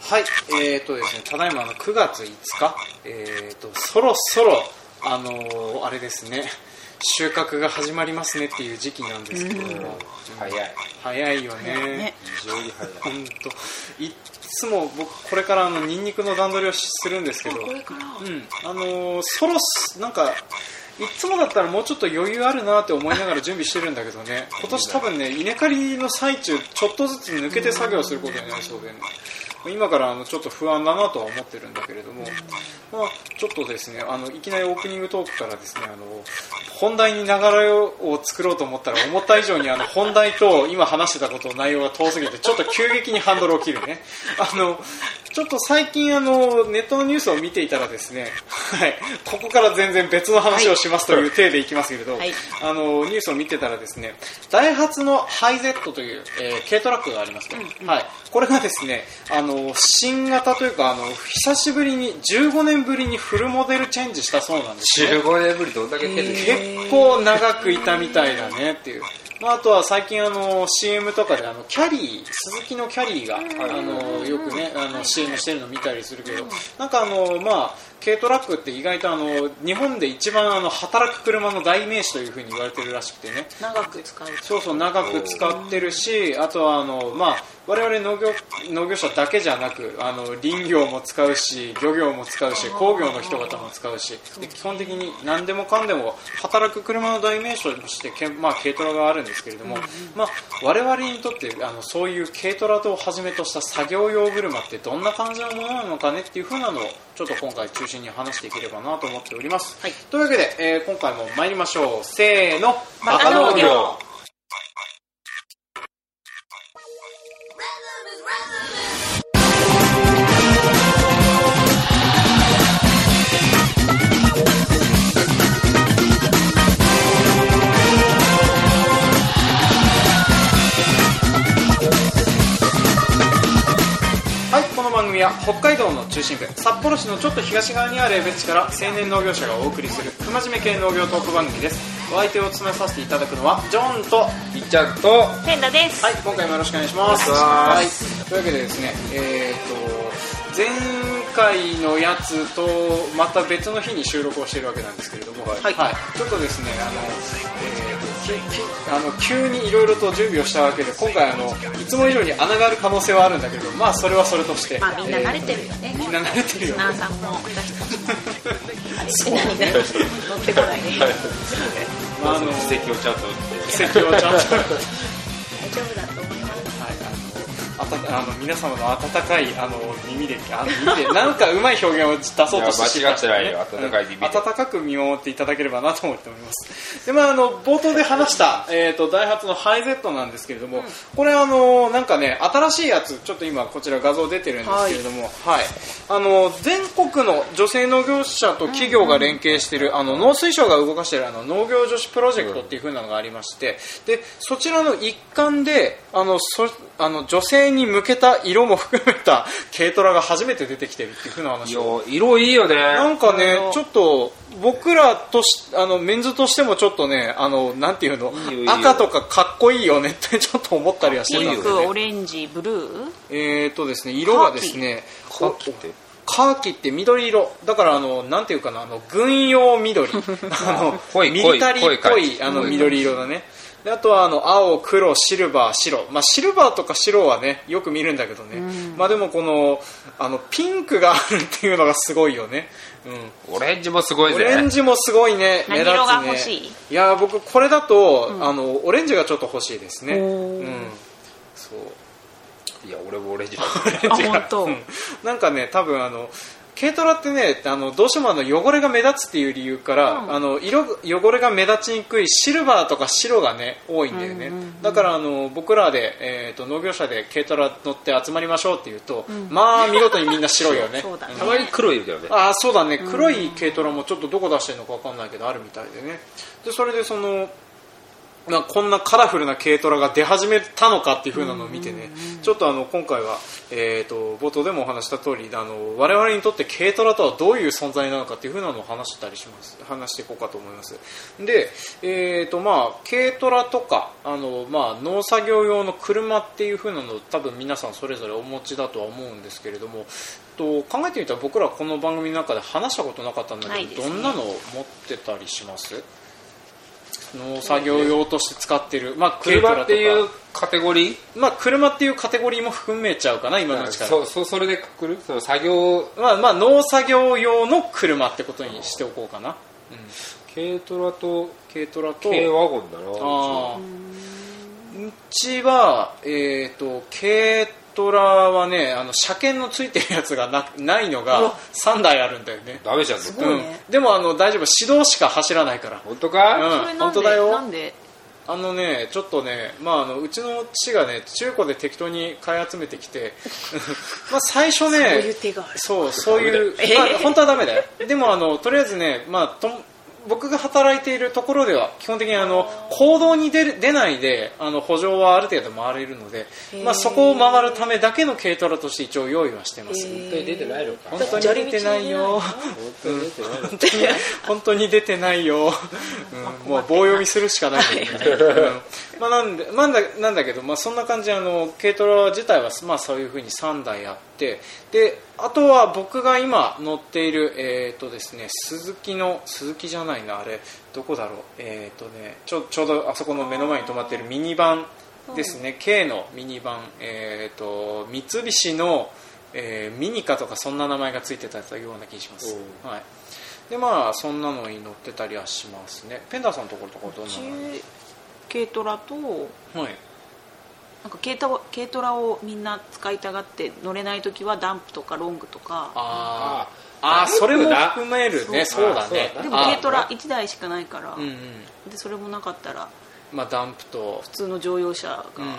はい、えっ、ー、とですね、ただいまあの9月5日、えっ、と、そろそろ、あのーあれですね、収穫が始まりますねっていう時期なんですけど、早い早いよねね、非常に早い本当、いっつも僕、これからあのニンニクの段取りをしするんですけど、これからうん、あのーそろすなんかいつもだったらもうちょっと余裕あるなって思いながら準備してるんだけどね今年多分ね稲刈りの最中ちょっとずつ抜けて作業することになりそうで、ね、今からあのちょっと不安だなとは思ってるんだけれども、まあ、ちょっとですねあのいきなりオープニングトークからですねあの本題に流れを作ろうと思ったら思った以上にあの本題と今話してたことの内容が遠すぎてちょっと急激にハンドルを切るねあのちょっと最近あのネットのニュースを見ていたらですね、はい、ここから全然別の話をしますという体でいきますけれど、はいあのニュースを見てたらですねダイハツのハイゼットという、えー軽トラックがありますと、はい、これがですねあの新型というかあの久しぶりに15年ぶりにフルモデルチェンジしたそうなんですよ15年ぶりどんだけ減るえー結構長くいたみたいだねっていう、まあ、あとは最近あの CM とかであのキャリー鈴木のキャリーがあのよくねあの CM してるの見たりするけどなんかあのまあ軽トラックって意外とあの日本で一番あの働く車の代名詞というふうに言われてるらしくてね長く使うとそうそう長く使ってるしあとはあの、まあ、我々農業農業者だけじゃなくあの林業も使うし漁業も使うし工業の人々も使うしで基本的に何でもかんでも働く車の代名詞としてけん、まあ、軽トラがあるんですけれども、まあ、我々にとってあのそういう軽トラとをはじめとした作業用車ってどんな感じのものなのかねっていう風なのをちょっと今回中心に話していければなと思っております。はいというわけで、えー今回も参りましょうせーのバカ農業はいこの番組は北海道の中心部札幌市のちょっと東側にある江別市から青年農業者がお送りする不真面目系農業トーク番組ですお相手を務めさせていただくのはジョンとはいいっちゃんと変だです、今回もよろしくお願いしますお願いしはい、というわけでですねえっ、と前回のやつとまた別の日に収録をしているわけなんですけれども、はいちょっとですねあの、えーききあの急にいろいろと準備をしたわけで今回あのいつも以上に穴がある可能性はあるんだけどまあそれはそれとして、まあみんな慣れてるよね、えーみんな慣れてるよねナーさんも私た ちも何ね乗ってこないねまああの布石をちゃんと奇跡をちゃんと、はい、大丈夫だと思いますあのあたあの皆様の温かいあの耳であの耳でなんかうまい表現を出そうとしていや間違ってないようん温かい耳で温かく見守っていただければなと思っておりますでまああの冒頭で話した、えー、とダイハツのハイゼットなんですけれども、これあのなんかね新しいやつちょっと今こちら画像出てるんですけれども、はいあの全国の女性農業者と企業が連携している、あの農水省が動かしているあの農業女子プロジェクトっていう風なのがありまして、でそちらの一環であのそあの女性に向けた色も含めた軽トラが初めて出てきてるっていう風な話をよ色いいよねなんかねあのちょっと僕らとしあのメンズとしてもちょっとねあのなんていうのいよいいよ赤とかかっこいいよねって ちょっと思ったりはしてたんでピンすよクねオレンジブ ルーえーとですね色がですねカーキってカーキって緑色だからあのなんていうかなあの軍用 緑あの濃いミリタリーっぽ濃いい濃いあの濃い緑色だねであとはあの青、黒、シルバー、白、まあ、シルバーとか白はねよく見るんだけどね、まあ、でもこのあのピンクがあるっていうのがすごいよね、うん、オレンジもすごいオぜレンジもすごいね目立何つね色が欲しいいやー僕これだと、あのオレンジがちょっと欲しいですねおうんーそういや俺もオレンジだあ本当うん なんかね多分あの軽トラってねあのどうしてもあの汚れが目立つっていう理由から、うんあの色汚れが目立ちにくいシルバーとか白がね多いんだよね、だからあの僕らで、えー、と農業者で軽トラ乗って集まりましょうっていうと、まあ見事にみんな白いよね そうだねたまに黒いるけどねあーそうだね黒い軽トラもちょっとどこ出してるのか分かんないけどあるみたいでねでそれでそのまあ、こんなカラフルな軽トラが出始めたのかっていう風なのを見てね、ちょっとあの今回は、えー、と冒頭でもお話した通りあの我々にとって軽トラとはどういう存在なのかっていう風なのを話したりします話していこうかと思いますで、えーとまあ、軽トラとかあの、まあ、農作業用の車っていう風なのを多分皆さんそれぞれお持ちだとは思うんですけれどもと考えてみたら僕らこの番組の中で話したことなかったんだなけいど、ですねどんなのを持ってたりします農作業用として使ってる、まあ、軽トラとか車っていうカテゴリーまあ、車っていうカテゴリーも含めちゃうかな今のうちからそうそうそれでくくるその作業まあまあ、農作業用の車ってことにしておこうかな、うん、軽トラと軽トラと軽ワゴンだなあーうちは、えー、と軽トラはねあの車検のついてるやつがなないのうがわ3台あるんだよねダメじゃんす絶ごい対うんね、でもあの大丈夫指導しか走らないから本当か、うんそれなんで本当だよなんであのねちょっとね、まあ、あのうちの父がね中古で適当に買い集めてきて まあ最初ねそういう手があるそうそういう、ダメだよまあ本当はダメだよでもあのとりあえずね、まあ、と僕が働いているところでは基本的にあの行動に出る出ないであの補助はある程度回れるのでへ、ーまあ、そこを回るためだけの軽トラとして一応用意はしてます、へー本当に出てないのか本当に出てないよ本当に出てない の本当に 本当に出てないよ、うん、もう棒読みするしかないんだけどね、うんまあなんでまあなんだなんだけど、まあ、そんな感じであの軽トラ自体は、まあ、そういうふうに3台あってであとは僕が今乗っている、えーとですね、鈴木の鈴木じゃないなあれどこだろう、えーとね、ちょちょうどあそこの目の前に止まっているミニバンですね、K のミニバン、えー、と三菱の、えーミニカとかそんな名前がついてたような気がします。はいでまあそんなのに乗ってたりはしますねペンダーさんのところとかはどんなの中軽トラとはいなんか軽ト軽トラをみんな使いたがって乗れない時はダンプとかロングとかああーあーそれも含なめるねそうそうだねあでーそうもだ軽ゲトラ1台しかないから、あーうんうんでそれもなかったらまあダンプと普通の乗用車がうんうん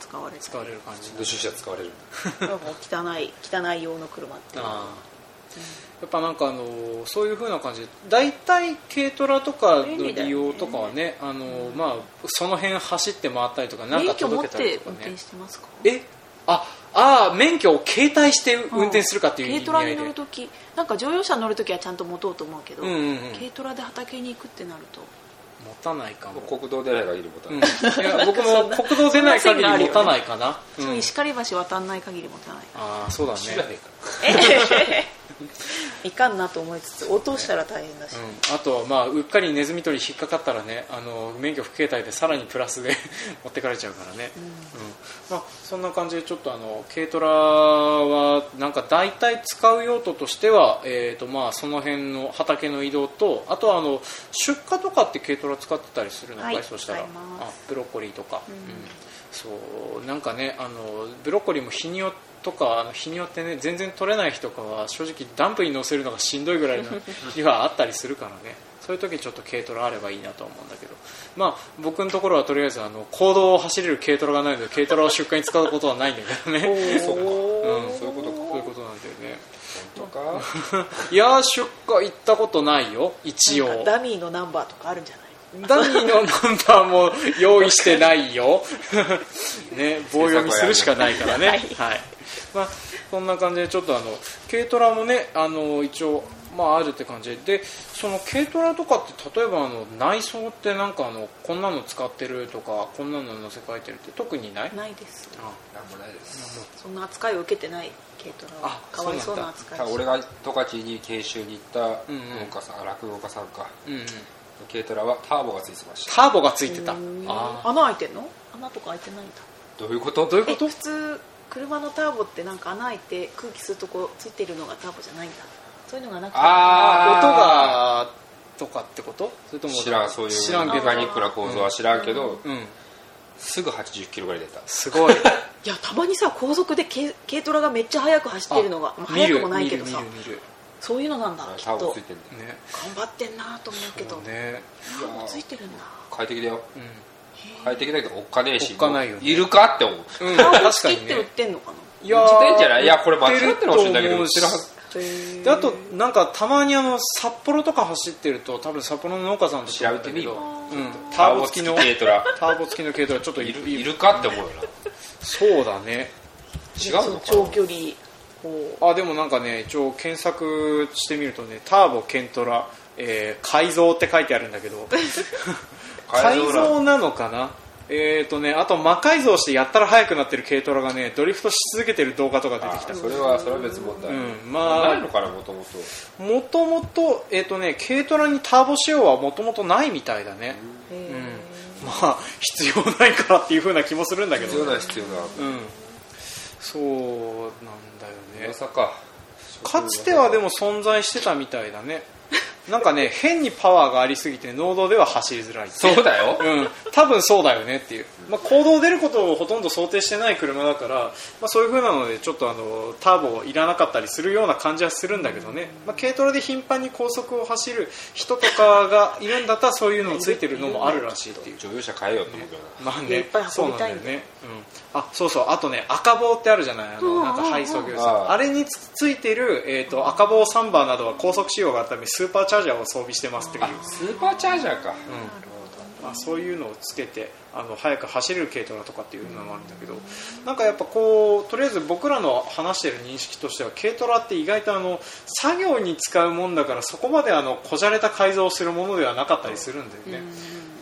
使われて使われる感じ部主車使われるなんか汚い汚い用の車っていうのはあーやっぱなんかあのーそういう風な感じで大体軽トラとかの利用とかはねあのーまあその辺走って回ったりとかなんか免許持っ届けたりてと運かね転してますかえああー免許を携帯して運転するかっていう意軽味トラ合いに乗でるときなんか乗用車乗るときはちゃんと持とうと思うけど、うんうんうん軽トラで畑に行くってなると持たないかも国道出ない限りもたうなんいい や僕も国道出ない限り持たないかな、そううん石狩橋渡んない限り持たないああそうだね知らねえか いかんなと思いつつ落としたら大変だし、うん、あとは、まあ、うっかりネズミ捕り引っかかったらねあの免許不携帯でさらにプラスで 持ってかれちゃうからね、うんまあ、そんな感じでちょっとあの軽トラはなんか大体使う用途としては、えーとまあ、その辺の畑の移動とあとはあの出荷とかって軽トラ使ってたりするのか、はいそうしたら使いますあブロッコリーとか、うんそうなんかねあのブロッコリーも日によってとかあの日によってね全然取れない日とかは正直ダンプに乗せるのがしんどいぐらいの日があったりするからねそういう時ちょっと軽トラあればいいなとは思うんだけど、まあ、僕のところはとりあえずあの公道を走れる軽トラがないので軽トラを出荷に使うことはないんだけどねそうかうんそういうことかそういうことなんだよね本当かいやー出荷行ったことないよ一なん応かダミーのナンバーとかあるんじゃないダミーのナンバーも用意してないよ、 ね、棒読みするしかないからね、ははいいまあ、そんな感じでちょっとあの軽トラもねあの一応、まあ、あるって感じででその軽トラとかって例えばあの内装ってなんかあのこんなの使ってるとかこんなの載せ替えてるって特にないないですあなんもないですそんな扱いを受けてない軽トラはあかわいそうなそ扱いただ俺が十勝に研修に行ったうんうん農家さん、あ落語家さんかうんうん、軽トラはターボがついてましたターボがついてたうんあー穴開いてんの穴とか開いてないんだどういうことどういうえこと普通車のターボってなんか穴開いて空気吸うとこついてるのがターボじゃないんだそういうのがなくてあーあ音がとかってことそれとも知らんそういう知らんけどメカニックな構造は知らんけど、うん、すぐ80キロぐらい出たすごいいやたまにさ高速で軽軽トラがめっちゃ速く走ってるのがまあ速くもないけどさ見る見る見るそういうのなんだきっターボとついてんだよ見るね頑張ってんなと思うけどそうねターボついてるんだ快適だよう快適だけどおっかねえしおっかないよねもうるかって思ううん、ターボ確付かきっにて売っねてんのかな、い売ってんじゃないいやこれ売間って違るってるかもしれないけとど思売うってしるはずであとなんかたまにあの札幌とか走ってると多分札幌の農家さんとか調べてみようだけどうん、タターーボボ付き付きの軽 トラターボ付きの軽トラちょっといいるるいいるるかって思うよなそうだね違うのか長な距離をあでもなんかね一応検索してみるとねターボケントラ、えー改造って書いてあるんだけど改改造造なのかなえーとね、あと魔改造してやったら速くなってる軽トラがねドリフトし続けてる動画とか出てきたあそれはそれは別問題、うんないまのかなもともとあもともと,、えーとね、軽トラにターボ仕様はもともとないみたいだね、へーまあ必要ないからっていう風な気もするんだけど必要な必要なうん、そうなんだよねまさかかつてはでも存在してたみたいだねなんかね変にパワーがありすぎて農道では走りづらいそうだようん、多分そうだよねっていう、まあ、行動出ることをほとんど想定してない車だから、まあ、そういう風なのでちょっとあのターボいらなかったりするような感じはするんだけどね、まあ、軽トラで頻繁に高速を走る人とかがいるんだったらそういうのもついてるのもあるらしいっていう乗用車変えようと思うけどなまあいっねぱい、そう運なびんただいよんだね、うん、あそうそうあとね赤棒ってあるじゃないあうんうのんなんか配送業者あああれにつついてる、えー、と赤棒サンバーなどは高速仕様があったためスーパーチャージャーを装備してますっていうあスーパーチャージャーか、まあ、そういうのをつけてあの早く走れる軽トラとかっていうのもあるんだけどなんかやっぱこうとりあえず僕らの話してる認識としては軽トラって意外とあの作業に使うもんだからそこまであのこじゃれた改造をするものではなかったりするんだよね。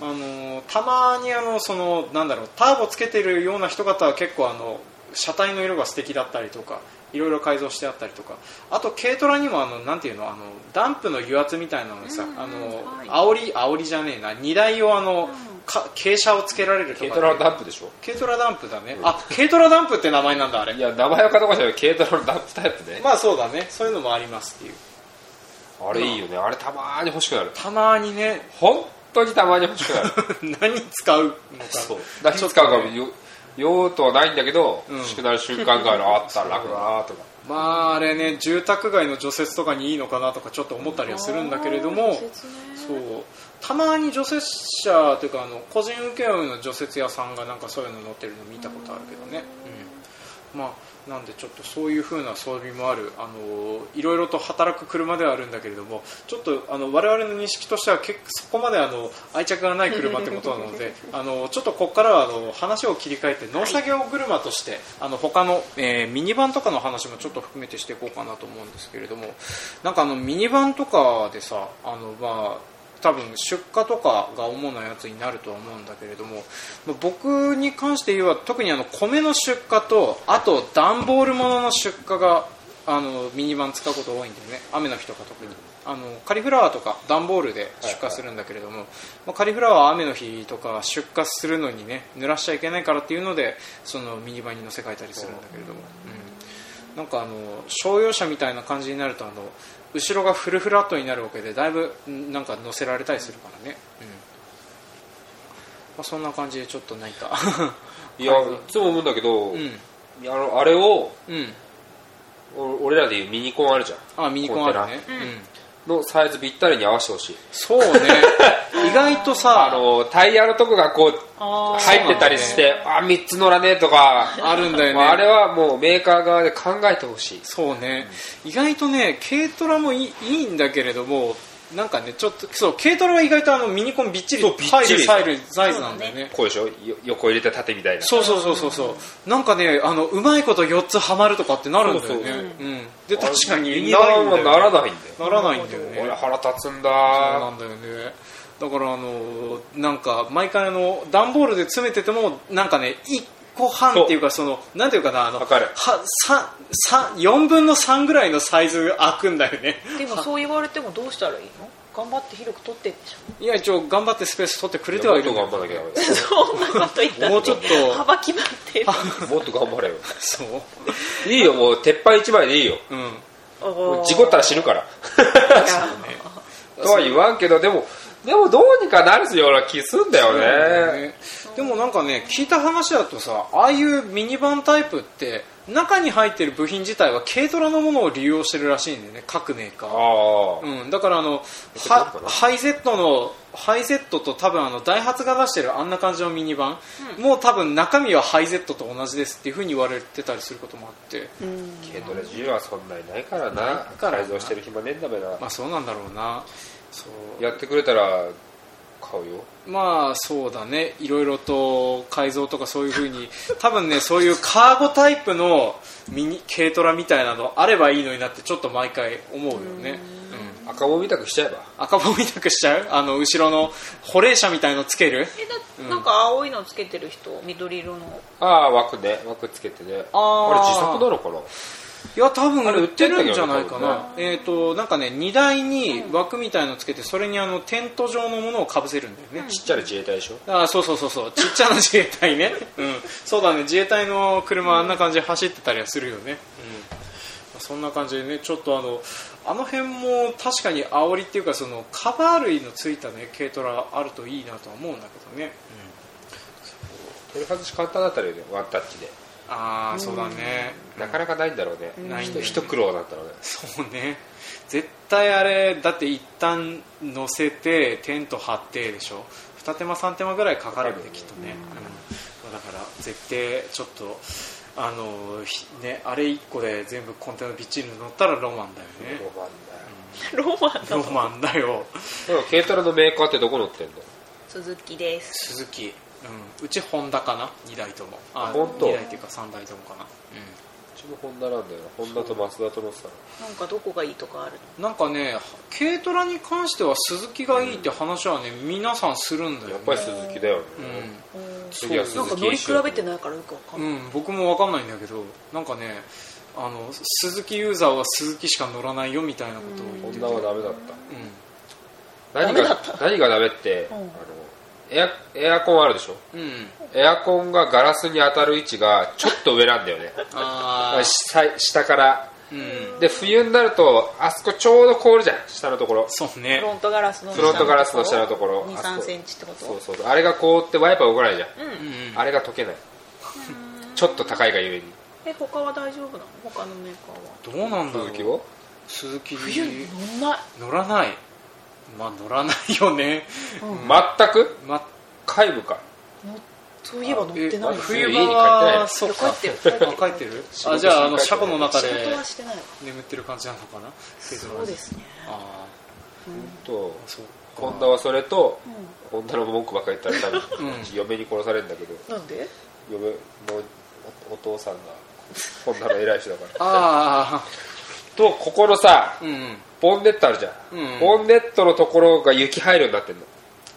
あのたまにあのそのなんだろうターボつけてるような人方は結構あの車体の色が素敵だったりとかいろいろ改造してあったりとかあと軽トラにもあのなんていうのあのダンプの油圧みたいなのにさ、うんうんあのはい煽り煽りじゃねえな荷台をあの、んか傾斜をつけられるとか軽トラのダンプでしょ軽トラダンプだね、うんあ軽トラダンプって名前なんだあれいや名前はかどうかじゃない軽トラのダンプタイプね、まあそうだねそういうのもありますっていうあれいいよねあれたまーに欲しくなるたまにね 本当にたまに欲しくなる何使うのかそう何使うかもよ用途はないんだけど、うん欲しくなる瞬間があ るあったら楽だなとかまああれね住宅街の除雪とかにいいのかなとかちょっと思ったりはするんだけれどもそうたまに除雪車というかあの個人請負の除雪屋さんがなんかそういうの乗ってるの見たことあるけどね、うんまあなんでちょっとそういう風な装備もあるあのいろいろと働く車ではあるんだけれどもちょっとあの我々の認識としては結構そこまであの愛着がない車ってことなのであのちょっとここからはあの話を切り替えて農作業車として、あの他の、えーミニバンとかの話もちょっと含めてしていこうかなと思うんですけれどもなんかあのミニバンとかでさあのまあ多分出荷とかが主なやつになるとは思うんだけれどもまあ僕に関して言えば特にあの米の出荷とあと段ボール物の出荷があのミニバン使うこと多いんだよね雨の日とか特に、あのカリフラワーとか段ボールで出荷するんだけれども、まあカリフラワーは雨の日とか出荷するのにね濡らしちゃいけないからっていうのでそのミニバンに乗せ替えたりするんだけれども、うんなんかあの商用車みたいな感じになるとあの後ろがフルフラットになるわけでだいぶんなんか乗せられたりするからね、うんまあ、そんな感じでちょっと何かいやいつも思うんだけど、うんいやあのあれをうんお俺らでいうミニコンあるじゃんあミニコンあるね、コうんのサイズぴったりに合わせてほしいそう ね意外とあさのタイヤのとこがこうあ入ってたりしてあ3つ乗らねえとかあるんだよね、まあ、あれはもうメーカー側で考えてほしいそうね、意外とね軽トラもいいいいんだけれどもなんかねちょっとそう軽トラは意外とあのミニコンびっちりそうびっちり入るサイズサイズなんだよねこうでしょよ横入れて縦みたいなそうそうそうそうそうなんかねあのうまいこと4つはまるとかってなるんだよねそうそううん、で確かにミニなバいンんだはよならないんだよならないんだよね俺腹立つんそうだなんだよねだからあのなんか毎回あの段ボールで詰めててもなんかね1個半っていうかそのなんていうかなあのわかるはささ4分の3ぐらいのサイズが開くんだよねでもそう言われてもどうしたらいいの頑張って広く取ってんでしょいや一応頑張ってスペース取ってくれてはいるんだもっと頑張らなきゃダメだよそんなこと言ったってもうちょっと幅決まって るもっと頑張れよそういいよもう鉄板一枚でいいようんもう事故ったら死ぬからとは言わんけどでもでもどうにかなるような気すんだよねねでもなんかね聞いた話だとさああいうミニバンタイプって中に入ってる部品自体は軽トラのものを利用してるらしいんだよね各メーカーはああうん、だからあのっとどうはかなハイゼットのハイゼットと多分あのダイハツが出してるあんな感じのミニバン、もう多分中身はハイゼットと同じですっていうふうに言われてたりすることもあって、軽トラ自由はそんなにないからなからな改造してる暇ねえんだべなまあそうなんだろうなそうやってくれたら買うよまあそうだねいろいろと改造とかそういうふうに多分ねそういうカーゴタイプのミニ軽トラみたいなのあればいいのになってちょっと毎回思うよねうん赤もみたくしちゃえば赤棒みたくしちゃうあの後ろの保冷車みたいのつけるえだ、なんか青いのつけてる人緑色のああ枠ね枠つけてねあーあれ自作なのかないや多分あれ売売っっててんだけどるんじゃないか多な、えっ、となんかね荷台に枠みたいのつけてそれにあのテント状のものをかぶせるんだよね、ちっちゃな自衛隊でしょあーそうそうそうそうちっちゃな自衛隊ね、うん、そうだね自衛隊の車あんな感じで走ってたりはするよね、うん、そんな感じでねちょっとあのあの辺も確かに煽りっていうかそのカバー類のついたね軽トラあるといいなとは思うんだけどね、取り外し簡単だったらいいよねワンタッチでああそうだね、なかなかないんだろうねないんだよね一苦労だったろうねそうね絶対あれだって一旦乗せてテント張ってでしょ二手間三手間ぐらいかかるよねかかるよねきっとね、うんだから絶対ちょっとあのひねあれ一個で全部コンテナびっちり乗ったらロマンだよねロマンだよ ロマンだロマンだよでも軽トラのメーカーってどこ乗ってんの鈴木です鈴木、うん、うちホンダかな2台ともあ本当2台っていうか3台ともかな、うちもホンダなんだよなホンダとマツダと乗ってたのなんかどこがいいとかあるなんかね軽トラに関しては鈴木がいいって話はね皆さんするんだよ、ね、やっぱり鈴木だよねうん次はそうなん鈴か木乗り比べていないからよくわかんうない、ん、僕も分かんないんだけどなんかねあの鈴木ユーザーは鈴木しか乗らないよみたいなことを言ホっンてダた、はダメだったダ何メだがった何がダメって、うんあのエアエアコンあるでしょうん、うん、エアコンがガラスに当たる位置がちょっと上なんだよねああ下下からうんで冬になるとあそこちょうど凍るじゃん下のところそうねフロントガラスのフロントガラスの下のところ2あそこ3センチってことそうそうあれが凍ってワイパー動かないじゃん、うんうんあれが溶けないちょっと高いがゆえにえ他は大丈夫なの他のメーカーはどうなんだろう続きを鈴木冬に乗んない乗らないまあ乗らないよね、全くま、皆無かのそういえば乗ってないえ冬場冬場ははそっ帰かってる帰ってるあ帰ってる仕事あじゃああのし車に帰ってる庫の中で仕事はしてないわ眠ってる感じなのかなそうですねあとあそうホンダはそれとうホンダの文句ばっかり言ったら多分、うん嫁に殺されるんだけどんなんで嫁のおお父さんがホンダの偉い人だからあとここのさあうんボンネットあるじゃん、うんボンネットのところが雪入るようになってんの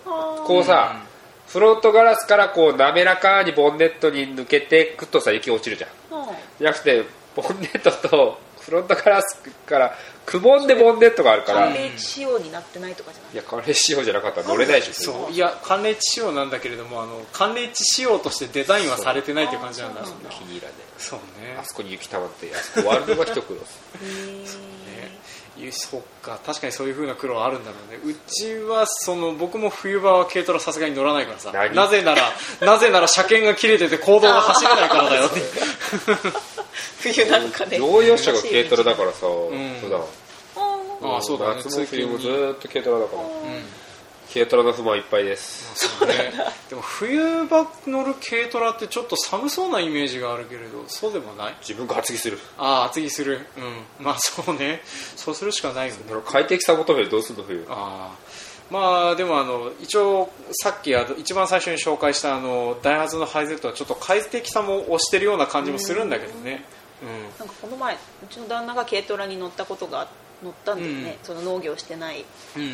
あこうさ、フロントガラスからこう滑らかにボンネットに抜けてくっとさ雪落ちるじゃんあじゃなくてボンネットとフロントガラスからくぼんでボンネットがあるから寒い冷地仕様になってないとかじゃないや関連仕様じゃなかったら乗れないでしょそれそういや寒冷地仕様なんだけれどもあの寒冷地仕様としてデザインはされてないっていう感じなんだろうな気に入らねそうえねあそこに雪溜まってあそこワールドが一 苦労するへえいそっか確かにそういう風な苦労はあるんだろうねうちはその僕も冬場は軽トラさすがに乗らないからさ何なぜならなぜなら車検が切れてて行動が走らないからだよね冬なんかね乗用車が軽トラだからさ、ん普段あああそうだね夏も冬も通ず勤にーっと軽トラだからうん軽トラの不満いっぱいですそうねでも冬場乗る軽トラってちょっと寒そうなイメージがあるけれどそうでもない自分が厚着するああ厚着するうんまあそうねそうするしかないよねあの快適さ求めるどうすんの冬あーまあでもあの一応さっきあの一番最初に紹介したあのダイハツのハイゼットはちょっと快適さも押してるような感じもするんだけどねなんかこの前うちの旦那が軽トラに乗ったことが乗ったんだよね、うその農業してないうん、うん、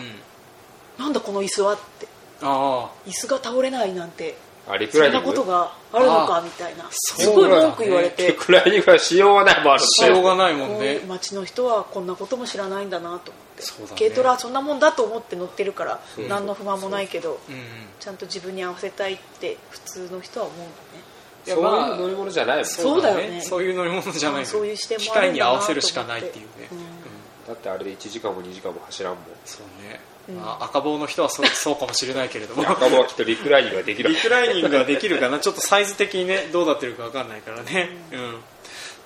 なんだこの椅子はってああ椅子が倒れないなんてあリクそライんニなングことがあるのかみたいなそうすごい文句言われリてクライニングはしようがないもんあるってしようがないもんもねう町の人はこんなことも知らないんだなと思ってそうだね軽トラはそんなもんだと思って乗ってるから何の不満もないけどうんちゃんと自分に合わせたいって普通の人は思うんだねいやそうまいう乗あり物じゃないもんそうだよねそういう乗り物じゃないうんそういう視点機もある械んにだな合とわ思っせるてしかないっていうね、うんだってあれで1時間も2時間も走らんもんそうね、うんまあ、赤棒の人はそうそうかもしれないけれども赤棒はきっとリクライニングができるリクライニングができるかなちょ っとサイズ的にねどうなってるか分かんないからねうん、ねはい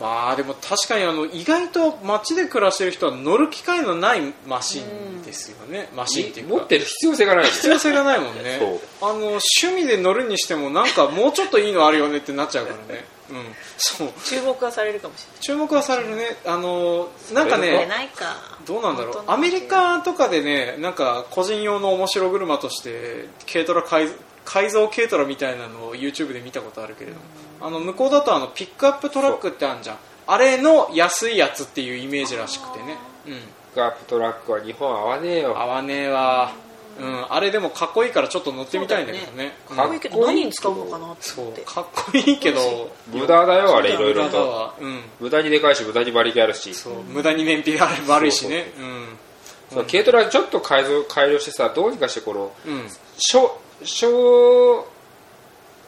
まあでも確かにあの意外と街で暮らしてる人は乗る機会のないマシンですよね、マシンっていうか持ってる必要性がない必要性がないもんねあの趣味で乗るにしてもなんかもうちょっといいのあるよねってなっちゃうからね、うん、そう注目はされるかもしれない注目はされるねあのなんかそ触れれねないかどうなんだろう本当アにメリカとかでねなんか個人用の面白車として軽トラ改改造軽トラみたいなのを YouTube で見たことあるけれどもあの向こうだとあのピックアップトラックってあるじゃんあれの安いやつっていうイメージらしくてねうックアップトラックは日本合わねえん合よわねえわうんあれでもかっこいいからちょっと乗ってみたいんだけどねそううだんよねかっこいいけど何に使うのかなってそ思っうてかっこいいけど無駄だよあれい無ろい駄ろだとわうん無駄にでかいし無駄に馬力あるしそそう無駄に燃費が悪いしねうんの軽トラちょっと改造改良してさどうにかしてこのうん小小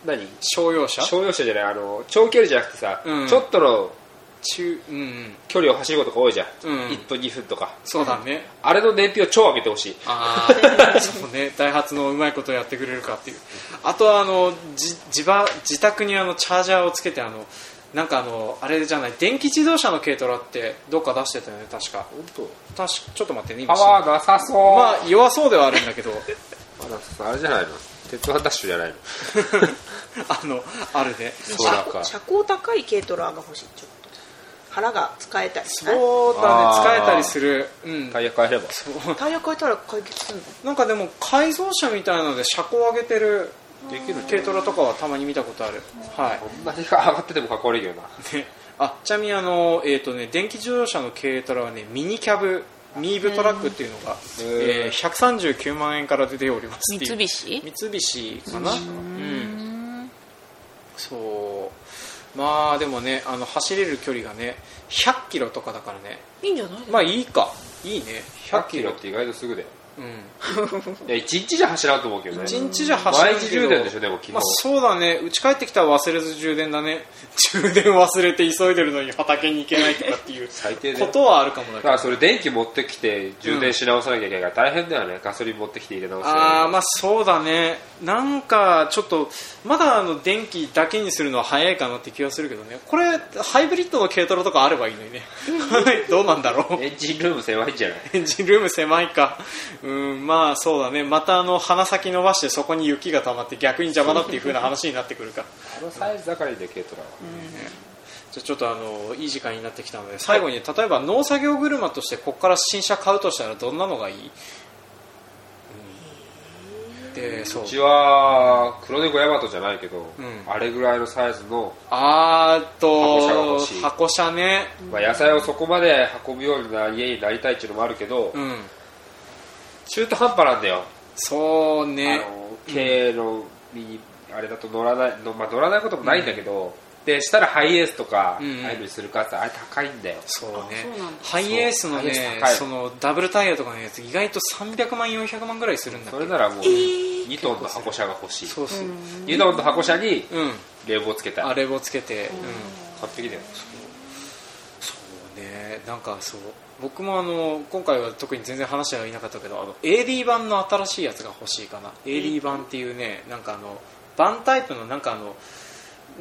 何商用車商用車じゃないあの長距離じゃなくてさ、うんちょっとの中うんうん距離を走ることが多いじゃん、うん1分2分とかそうだねあれの燃費を超上げてほしいああ そうねダイハツのうまいことをやってくれるかっていうあとはあのじ自ば自宅にあのチャージャーをつけてあのなんかあのあれじゃない電気自動車の軽トラってどっか出してたよね確か本確かちょっと待ってねパ今ワーなさそう、まあ弱そうではあるんだけど あらあれじゃないの鉄腕ダッシュじゃないのあのあるねそうだか車高高い軽トラが欲しいちょっと腹が使えたりしないそうだねあー使えたりするうんタイヤ変えればタイヤ変えたら解決するのなんかでも改造車みたいなので車高を上げてるできるんじ軽ゃないトラとかはたまに見たことあるはいこんなに上がっててもかっこ悪いよなねあちなみにあの、えーとね、電気自動車の軽トラは、ね、ミニキャブミーブトラックっていうのが、へーえー139万円から出ておりますっていう三菱三菱かなうんそうまあでもねあの走れる距離がね100キロとかだからねいいんじゃないまあいいかいいね100キロって意外とすぐだようんいや1日じゃ走らんと思うけどね一日じゃ走れ毎る日けど充電でしょでも昨日、まあそうだね家帰ってきたら忘れず充電だね 充電忘れて急いでるのに畑に行けないとかっていう最 低でこだとはあるかもだけどからそれ電気持ってきて充電し直さなきゃいけないから大変だよね、ガソリン持ってきて入れ直すあーまあそうだねなんかちょっとまだあの電気だけにするのは早いかなって気がするけどねこれハイブリッドの軽トラとかあればいいのにね どうなんだろうエンジンルーム狭いんじゃないエンジンルーム狭いかうんまあそうだねまたあの鼻先伸ばしてそこに雪が溜まって逆に邪魔だっていう風な話になってくるか あのサイズだからいいんだよ軽トラは、じゃあちょっとあのいい時間になってきたので最後に例えば農作業車としてここから新車買うとしたらどんなのがいい、でそううちは黒猫ヤマトじゃないけど、んあれぐらいのサイズの、あーっと箱車が欲しい箱車ねまあ、野菜をそこまで運ぶような家になりたいっていうのもあるけど、うん中途半端なんだよ、そうあねの軽のミニあれだと乗らないの、まあ、乗らないこともないんだけど、でしたらハイエースとか、うんああいうのにするかってあれ高いんだよそうねあそうなんだハイエースのねそうハイエース高いそのダブルタイヤとかのやつ意外と300万400万ぐらいするんだそれならもうー2トンの箱車が欲しい、そうそうう2トンの箱車にん冷房つけたあいれをつけてうん完璧だよそうねなんかそう僕もあの今回は特に全然話してはいなかったけどあの AD 版の新しいやつが欲しいかな AD 版っていうねなんかあのバンタイプのなんかあの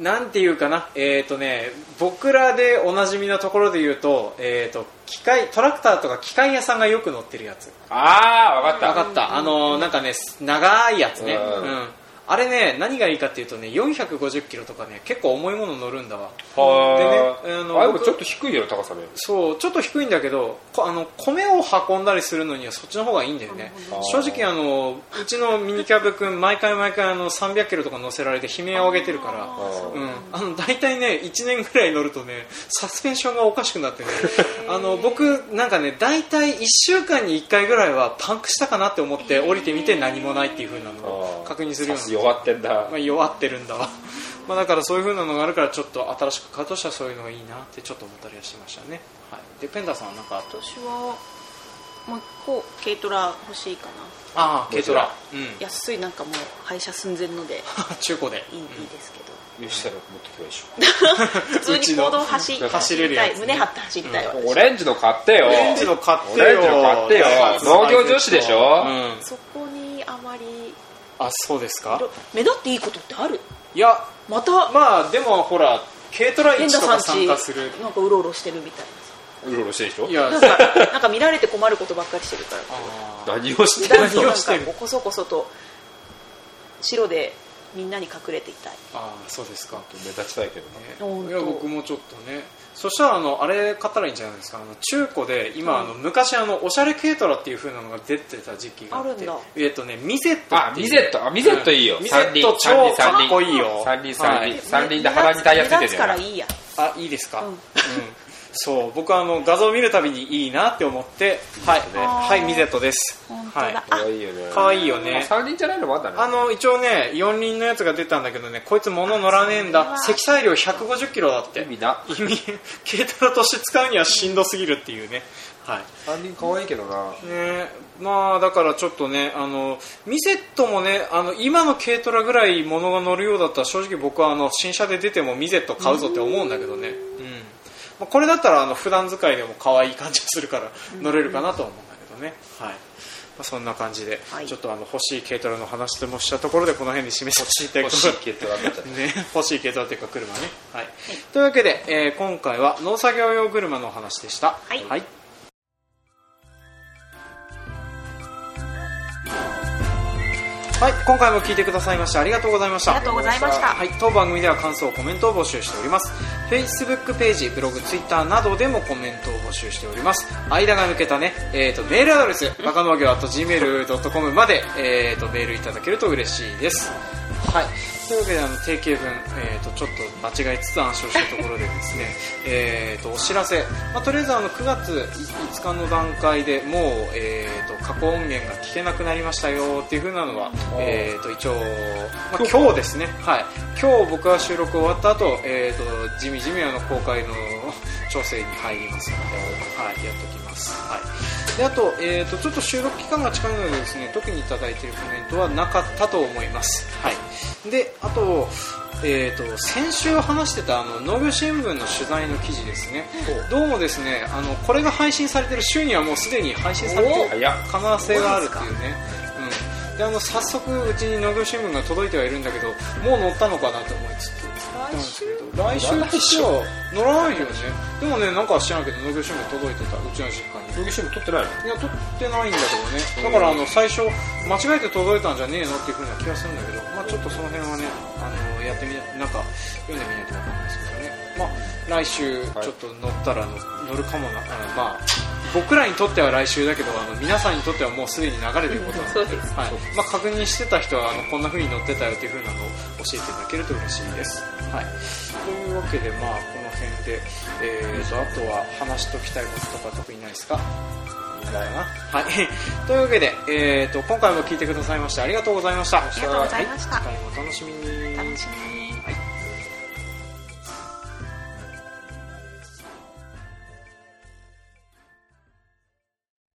なんていうかなえっ、とね僕らでおなじみのところで言うと,、えー、と機械トラクターとか機械屋さんがよく乗ってるやつああ分か分ったかったあのなんかね長いやつねうんうんあれね何がいいかっていうとね450キロとかね結構重いもの乗るんだわはでねああのあでもちょっと低いよね高さねそうちょっと低いんだけどこあの米を運んだりするのにはそっちの方がいいんだよねなるほ正ど直あのうちのミニキャブ君毎回毎回あの300キロとか乗せられて悲鳴を上げてるからーうん、あの大体ね1年ぐらい乗るとねサスペンションがおかしくなってねあの僕なんかね大体1週間に1回ぐらいはパンクしたかなって思って降りてみて何もないっていう風なのを確認するようさにす弱ってんだまあ、弱ってるんだわ まあだからそういう風なのがあるからちょっと新しく買うとしたらそういうのがいいなってちょっと思ったりはしましたね、はい、でペンダーさんはなんかあった私はもう一個軽トラ欲しいかなあ軽トラうん安いなんかもう廃車寸前ので 中古でいい,、いいですけど吉田の持ってきまし普通に行動走りうちの走れるやつね胸張って走りたい、ょ私うオレンジの買ってよオレンジの買ってよオレンジの買ってよ農業女子でしょうん、そこにあまりあそうですか色目立っていいことってあるいやまたまあでもほら軽トラ変1なとか産参地加するなんかうろうろしてるみたいうろうろしてるでしょいや ななんかなんか見られて困ることばっかりしてるからあー何をして何るをしてるなんかこうこそこそと白でみんなに隠れていたいああそうですか、目立ちたいけどな、本当ね、いや僕もちょっとねそしたらあのあれ買ったらいいんじゃないですかあの中古で今、あの昔あのおしゃれ軽トラっていう風なのが出てた時期があってあるんだえっとねミゼットあっていミうゼットあミゼットいいよ、うんミゼ三ッ輪ト三輪超三輪かっこいいよ三輪三はい輪三輪で鼻にタイヤついて目る立つやからんいいやあいいですか、ううんんそう僕はあの画像を見るたびにいいなって思ってはい、ねはい、ミゼットです本当だ、はい可愛いよね可愛いよね三輪じゃないのもあんだねあの一応ね四輪のやつが出たんだけどねこいつ物乗らねえんだあそう積載量150キロだって意味な意味軽トラとして使うにはしんどすぎるっていうねはい三輪可愛いけどなねまあだからちょっとねあのミセットもねあの今の軽トラぐらい物が乗るようだったら正直僕はあの新車で出てもミゼット買うぞって思うんだけどねうん、まあ、これだったらあの普段使いでも可愛い感じがするから乗れるかなとは思うんだけどね、はいまあ、そんな感じで、はいちょっとあの欲しい軽トラの話でもしたところでこの辺で示して欲しい軽トラになっちゃっね、欲しい軽トラというか車ね、はいというわけで、えー今回は農作業用車のお話でしたはいはい今回も聞いてくださいましてありがとうございましたありがとうございましたはい、当番組では感想コメントを募集しております Facebook ページブログツイッターなどでもコメントを募集しております間が抜けたね、えー、とメールアドレスバカ農業 .gmail.com まで、えー、とメールいただけると嬉しいですはいというわけであの定型文、えー、とちょっと間違いつつ暗唱したところでですね えーとお知らせ、まあ、とりあえずあの9月5日の段階でもう、えー、と過去音源が聞けなくなりましたよっていう風なのは、えー、と一応、まあ、今日ですね、はい、今日僕は収録終わった後、えー、とじみじみあの公開の調整に入りますので、はい、やっておきます、はい、であと,、えー、とちょっと収録期間が近いのでですね特にいただいているコメントはなかったと思います、はい、であと,、えー、と先週話してたあの農業新聞の取材の記事ですねどうもですねあのこれが配信されている週にはもうすでに配信されているた早っ可能性があるっていうね、うん、であの早速うちに農業新聞が届いてはいるんだけどもう載ったのかなと思いつつ来週来週来週は乗らないよねでもねなんか知らんけど農業新聞届いてたうちの実家に競技新聞取ってないのいや取ってないんだけどねだからあの最初間違えて届いたんじゃねえのっていう風な気がするんだけど、まあ、ちょっとその辺はねあのやってみなんか読んでみないと分かんないですけどね、まあ、来週はいちょっと乗ったらの乗るかもなあのまあ僕らにとっては来週だけどあの皆さんにとってはもうすでに流れてることなんでそうですはいまあ、確認してた人はあのこんな風に乗ってたよっていう風なのを教えていただけると嬉しいです、はい、というわけで、まあ、この辺で、えー、とあとは話しときたいこととか特にないですかはい、 というわけで、えー、と今回も聞いてくださいましてありがとうございましたありがとうございましたはい、次回もお楽しみに楽しみにはい